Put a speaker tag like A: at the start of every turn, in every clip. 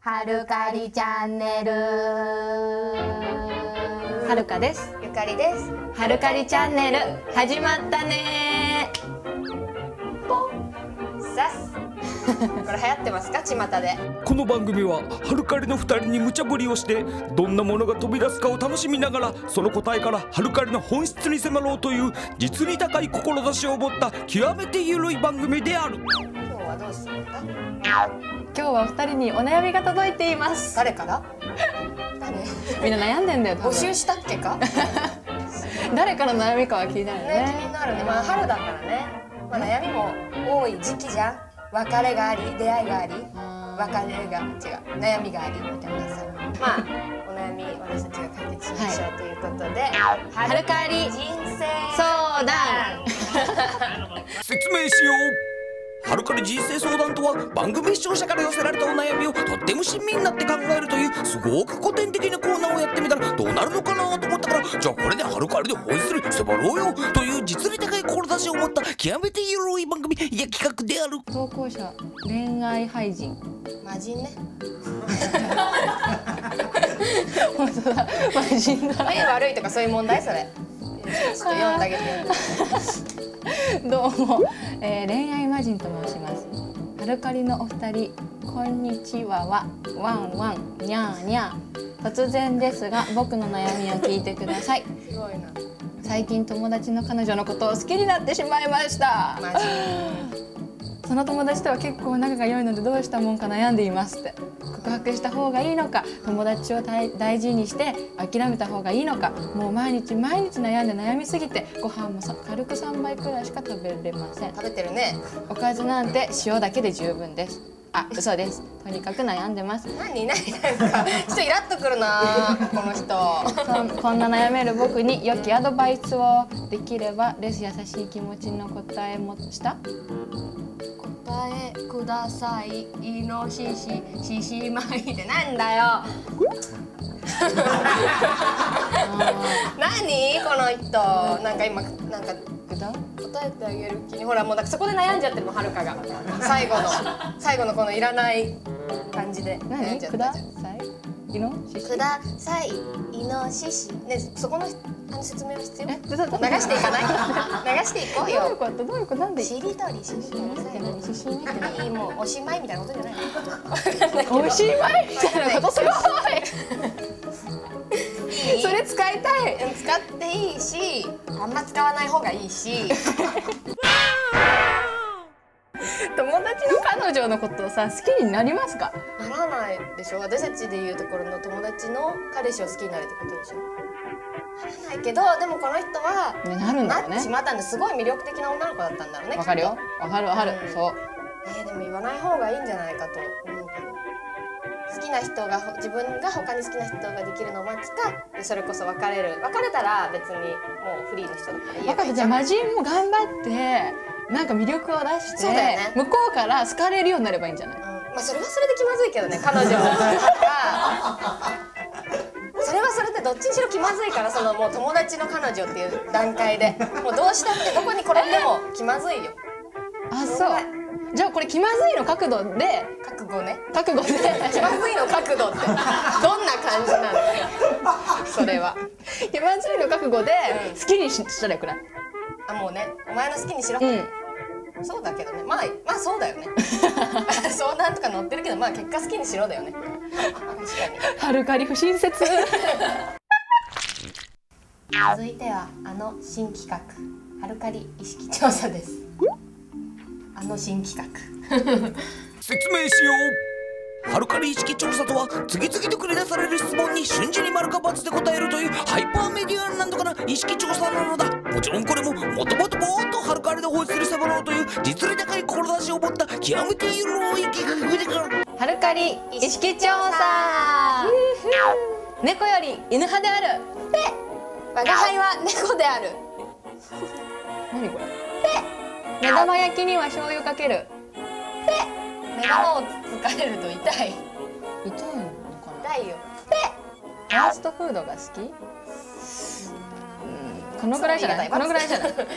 A: はるかりチャンネルは
B: はるかです。
A: ゆかりです
B: はるかりチャンネル始まったね
A: さすこれ流行ってますか巷で
C: この番組はハルカリの2人に無茶ぶりをしてどんなものが飛び出すかを楽しみながらその答えからハルカリの本質に迫ろうという実に高い志を持った極めて緩い番組である
A: 今日はどうしようか
B: 今日はお二人にお悩みが届いています。
A: 誰から 誰
B: みんな悩んでんだよ。多分
A: 募集したっけかね
B: 誰からの悩みかは気になるよ
A: 気に
B: ね。
A: なるねまあ春だからねまあ悩みも多い時期じゃん別れがあり出会いがあり
B: は
A: 別れが違う悩みがありみたいなさまあお悩み私たちが解決しましょうということで、は
B: るかり
A: 人生
B: 相談。
C: 説明しようハルカリ人生相談とは番組視聴者から寄せられたお悩みをとっても親身になって考えるというすごく古典的なコーナーをやってみたらどうなるのかなと思ったからじゃあこれでハルカリで本質に迫ろうよという実に高い志を持った極めて緩い番組いや企画である
B: 投稿者恋愛廃 人。
A: 魔人ね
B: 本当だ。マジだ。
A: 目悪いとかそういう問題それちょっと読んであげて
B: どうも、えー、恋愛魔人と申します。はるかりのお二人、こんにちはは、ワンワン、にゃーにゃー。突然ですが、僕の悩みを聞いてください。
A: すごいな
B: 最近友達の彼女のことを好きになってしまいました
A: 魔人
B: その友達とは結構仲が良いのでどうしたもんか悩んでいますって告白した方がいいのか友達を大大事にして諦めた方がいいのかもう毎日毎日悩んで悩みすぎてご飯もさ軽く3杯くらいしか食べれません
A: 食べてるね
B: おかずなんて塩だけで十分ですあ嘘ですとにかく悩んでます
A: 何何なんかちょっとイラっとくるなこの人
B: そんこんな悩める僕に良きアドバイスをできればです優しい気持ちの答えもした
A: 答えくださいイノシシシシマイってなんだよ何この人なんか今なんか
B: くだ
A: 答えてあげる気にほらもうだからそこで悩んじゃってるもんはるかが最後の最後のこのいらない感じで悩ん
B: 何
A: じゃっ
B: く
A: た
B: だ
A: じ
B: さ
A: ゃん
B: いのし
A: くださいイノシシねそこのあの説明は必要流
B: 流
A: していかない流していこう
B: どういう
A: よ
B: ことどういうことなんで
A: しりとりしりとり最後
B: 何ししみ
A: いいもうおしまいみたいなことじゃない
B: おしまいみたいなことすごい
A: いい
B: それ使いたい
A: うん使っていいしあんま使わない方がいいし
B: 友達の彼女のことをさ好きになりますか
A: ならないでしょ私たちでいうところの友達の彼氏を好きになるってことでしょならないけどでもこの人は
B: ねなるんだ
A: な
B: よ
A: ってし
B: ね
A: まったんですごい魅力的な女の子だったんだろうね
B: わかるよわかるわかる
A: うん
B: そう
A: きっとえーでも言わない方がいいんじゃないかと思うけど好きな人がほ自分が他に好きな人ができるのを待つかでそれこそ別れる別れたら別にもうフリーの人だから言え
B: 分か
A: ばい
B: った
A: い
B: じ
A: じ
B: ゃ
A: ゃ
B: あ
A: ん
B: 魔人も頑張ってなんか魅力を出して
A: そうだよね
B: 向こうから好かれるようになればいいんじゃない
A: うんまあそれはそれで気まずいけどね彼女が それはそれでどっちにしろ気まずいからそのもう友達の彼女っていう段階でもうどうしたってどこに転んでも気まずいよ
B: あそうじゃあこれ気まずいの角度で
A: 覚悟ね
B: 覚悟で
A: 気まずいの角度ってどんな感じなのそれは
B: 気まずいの覚悟で
A: うん
B: 好きにししたらよくない
A: あもうねお前の好きにしろ、
B: うん
A: そうだけどねまあまあそうだよね 相談とか載ってるけどまあ結果好きにしろだよね確かに
B: はるかり不親切
A: 続いてはあの新企画ハルカリ意識調査ですあの新企画
C: 説明しようハルカリ意識調査とは次々と繰り出される質問に瞬時に丸か×で答えるというハイパーメディアルなんとかな意識調査なのだもちろんこれももともともっとハルカリで放出に迫ろうという実利高い志を持った極めて緩い企画でから
B: はるかり意識調査猫より犬派である
A: 我が輩は猫である
B: 何これ目玉焼きには醤油かける
A: 目玉をつかれると痛い
B: 痛いのかな
A: 痛いよ
B: ファーストフードが好きうんこのぐらいじゃないこのぐらいじゃ ない
A: ファ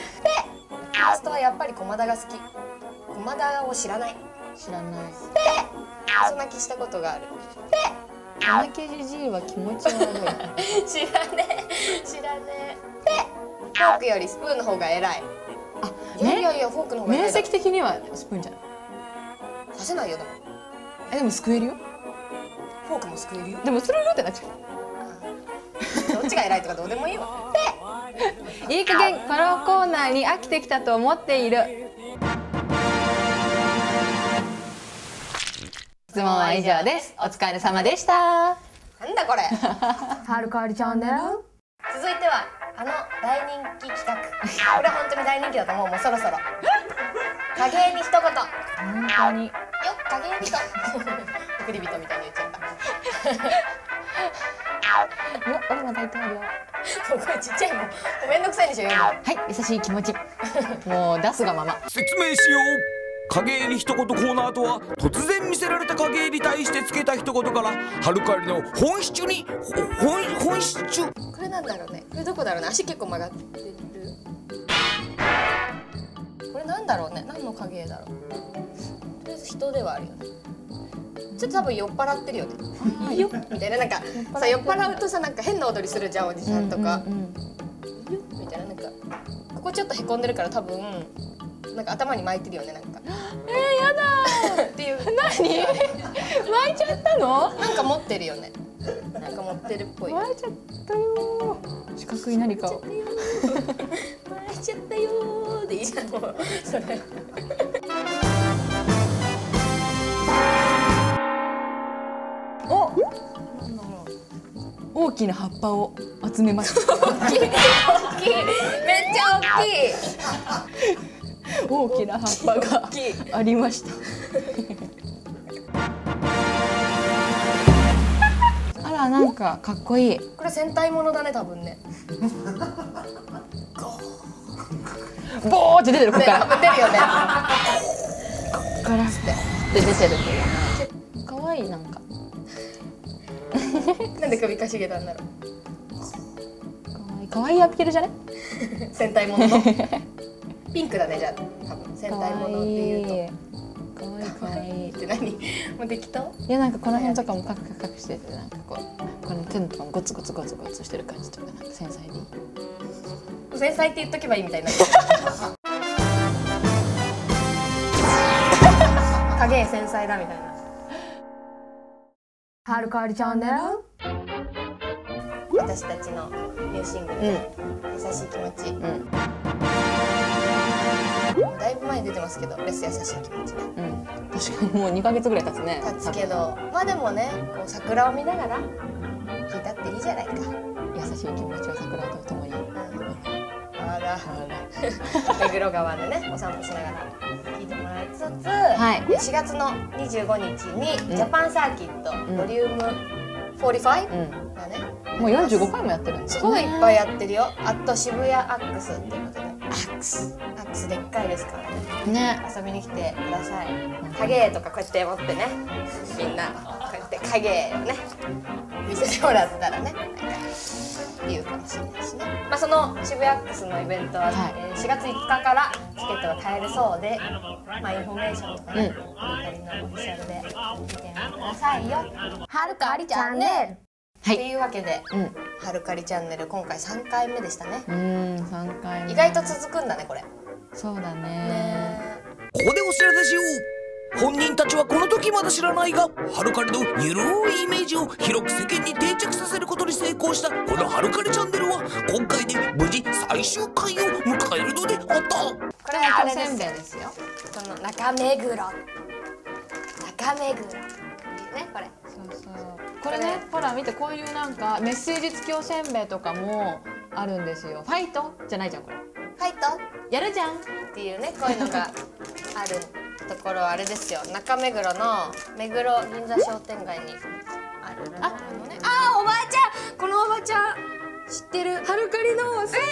A: ーストはやっぱり駒田が好き駒田を知らない
B: 知らない
A: そんな気したことがある
B: 鼻毛じじいは気持ち悪い
A: 知らねえ知らねえでフォークよりスプーンの方が偉いいやいやいやフォークの方が偉
B: 面
A: いだろ
B: 積的にはスプーンじゃない
A: 刺せないよでも
B: えでもすくえるよ
A: フォークもすくえるよ
B: でもスルルってなっちゃ
A: どっちが偉いとかどうでもいいわ
B: ういい加減このコーナーに飽きてきたと思っている質問は以上ですお疲れ様でした
A: なんだこれ
B: はるかわりチャンネル
A: 続いてはあの大人気企画これは本当に大人気だと思うもうそろそろ影絵に一言よ
B: 本当に
A: っ影絵人 送り人みたいに言っちゃった
B: よオルマ大統領
A: もうこれちっちゃいもんめんどくさいでしょ読む
B: はい優しい気持 ちもう出すがまま
C: 説明しよう影絵に一言コーナーとは突然見せられた影絵に対してつけた一言からはるかよりの本質にほ本本質
A: のこれなんだろうねこれどこだろうね足結構曲がってるこれなんだろうね何の影絵だろうとりあえず人ではあるよねちょっと多分酔っ払ってるよねいいよみたいななんかさ酔っ払うとさなんか変な踊りするじゃんおじさんとか、
B: うんうんうん
A: みたいななんかここちょっとへこんでるから多分なんか頭に巻いてるよねなんか
B: えー、やだ
A: っていう
B: 何巻いちゃったの
A: なんか持ってるよねなんか持ってるっぽい
B: 巻いちゃったよ 四角い何かを
A: 巻いちゃったよーでいいじゃんもうそれ
B: お大きな葉っぱを集めました。
A: 大きいめっちゃ大きい
B: 大きな葉っぱが
A: 大きい
B: ありました。あらなんかかっこいい。
A: これ戦隊ものだね多分ね
B: ボーって出てるこ
A: ね
B: こから。
A: 多
B: こ
A: 分出るよね
B: こからって出てるけどな。かわいいなんか。
A: なんで首かしげたんだろう
B: かわいいかわいいアピールじゃね？
A: 戦隊ものの ピンクだねじゃあ多分戦
B: か
A: 隊も
B: わ
A: のってい
B: いうい
A: と。
B: かわいいかわいい
A: っ。て何 もう適当
B: いやなんかこの辺とかもカクカクカクしててなんかこうこの手のとこもゴツゴツゴツゴツしてる感じとかなんか繊細でいい。
A: 繊細って言っとけばいいみた いな影絵繊細だみたいな
B: はるかわりチャンネル。
A: 私たちのニューシングル
B: うん。
A: 「優しい気持ち」
B: うん
A: だいぶ前に出てますけどレス優しい気持ちね
B: うん、確かにもう2ヶ月ぐらい経つね
A: 立つけどまあでもねこう桜を見ながら聴いたっていいじゃないか、うん、
B: 優しい気持ちを桜とともに
A: 川が目黒川でねお散歩しながら聴いてもらいつつ、
B: い
A: 4月の25日にジャパンサーキット、
B: ん
A: ボリューム 45?
B: う
A: だね
B: んもう45回もやってるんですす
A: ごいいっぱ
B: い
A: いやってるよあと渋谷アックスっていうことでアックスアックスでっかいですからね
B: ね
A: 遊びに来てください影絵とかこうやって持ってねみんなこうやって影絵をね見せてもらったらねなんか言うかもしれないしね、まあ、その渋谷アックスのイベントは、
B: はい
A: えー4月5日からチケットが買えるそうで、まあ、インフォメーションとかね、
B: う
A: ゆかりのオフィシャルで見てみてくださいよ。
B: はるかあり
A: チャンネル
B: はい
A: というわけで
B: うんう
A: 「はるかりチャンネル」今回3回目でしたね。
B: ーん3回目
A: 意外と続くんだねこれ。
B: そうだね
C: ここでお知らせしよう本人たちはこの時まだ知らないがハルカリのゆるいイメージを広く世間に定着させることに成功したこのハルカリチャンネルは今回で無事最終回を迎えるのであった
A: これはあれで
B: せ
A: す
B: んべい
A: よ
B: ですよ
A: その中目黒中目黒ねこれ
B: そうそうこれねほら見てこういうなんかメッセージ付きおせんべいとかもあるんですよファイトじゃないじゃんこれ
A: ファイト
B: やるじゃ
A: っ
B: ん
A: ていうねこういうのがあるところはあれですよ中目黒の目黒銀座商店街にあるあのねあーおばあちゃんこのおばあちゃん知ってる
B: はるかりのえー、すごい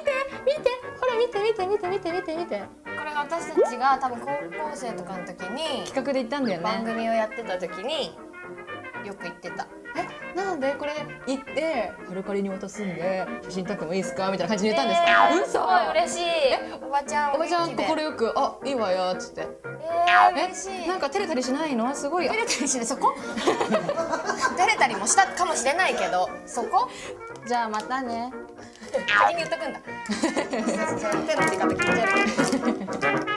B: 見て見てほら見て見て見て見て見て見て
A: これが私たちが多分高校生とかの時に
B: 企画で言ったんだよね
A: 番組をやってた時によく行ってた
B: えなのでこれ行ってハルカリに渡すんで写真撮ってもいいですかみたいな感じで言ったんですか、
A: えーすごい
B: 嘘
A: 嬉しいおばちゃん
B: おばちゃん
A: 元気で
B: 快く「あいいわよ」っつって
A: えー、嬉しい
B: えなんか照れたりしないのすごい
A: 照れたりしないそこ照れたりもしたかもしれないけどそこ
B: じゃあまたね
A: 先に言っとくんだじゃあ手の時間って気持ち悪い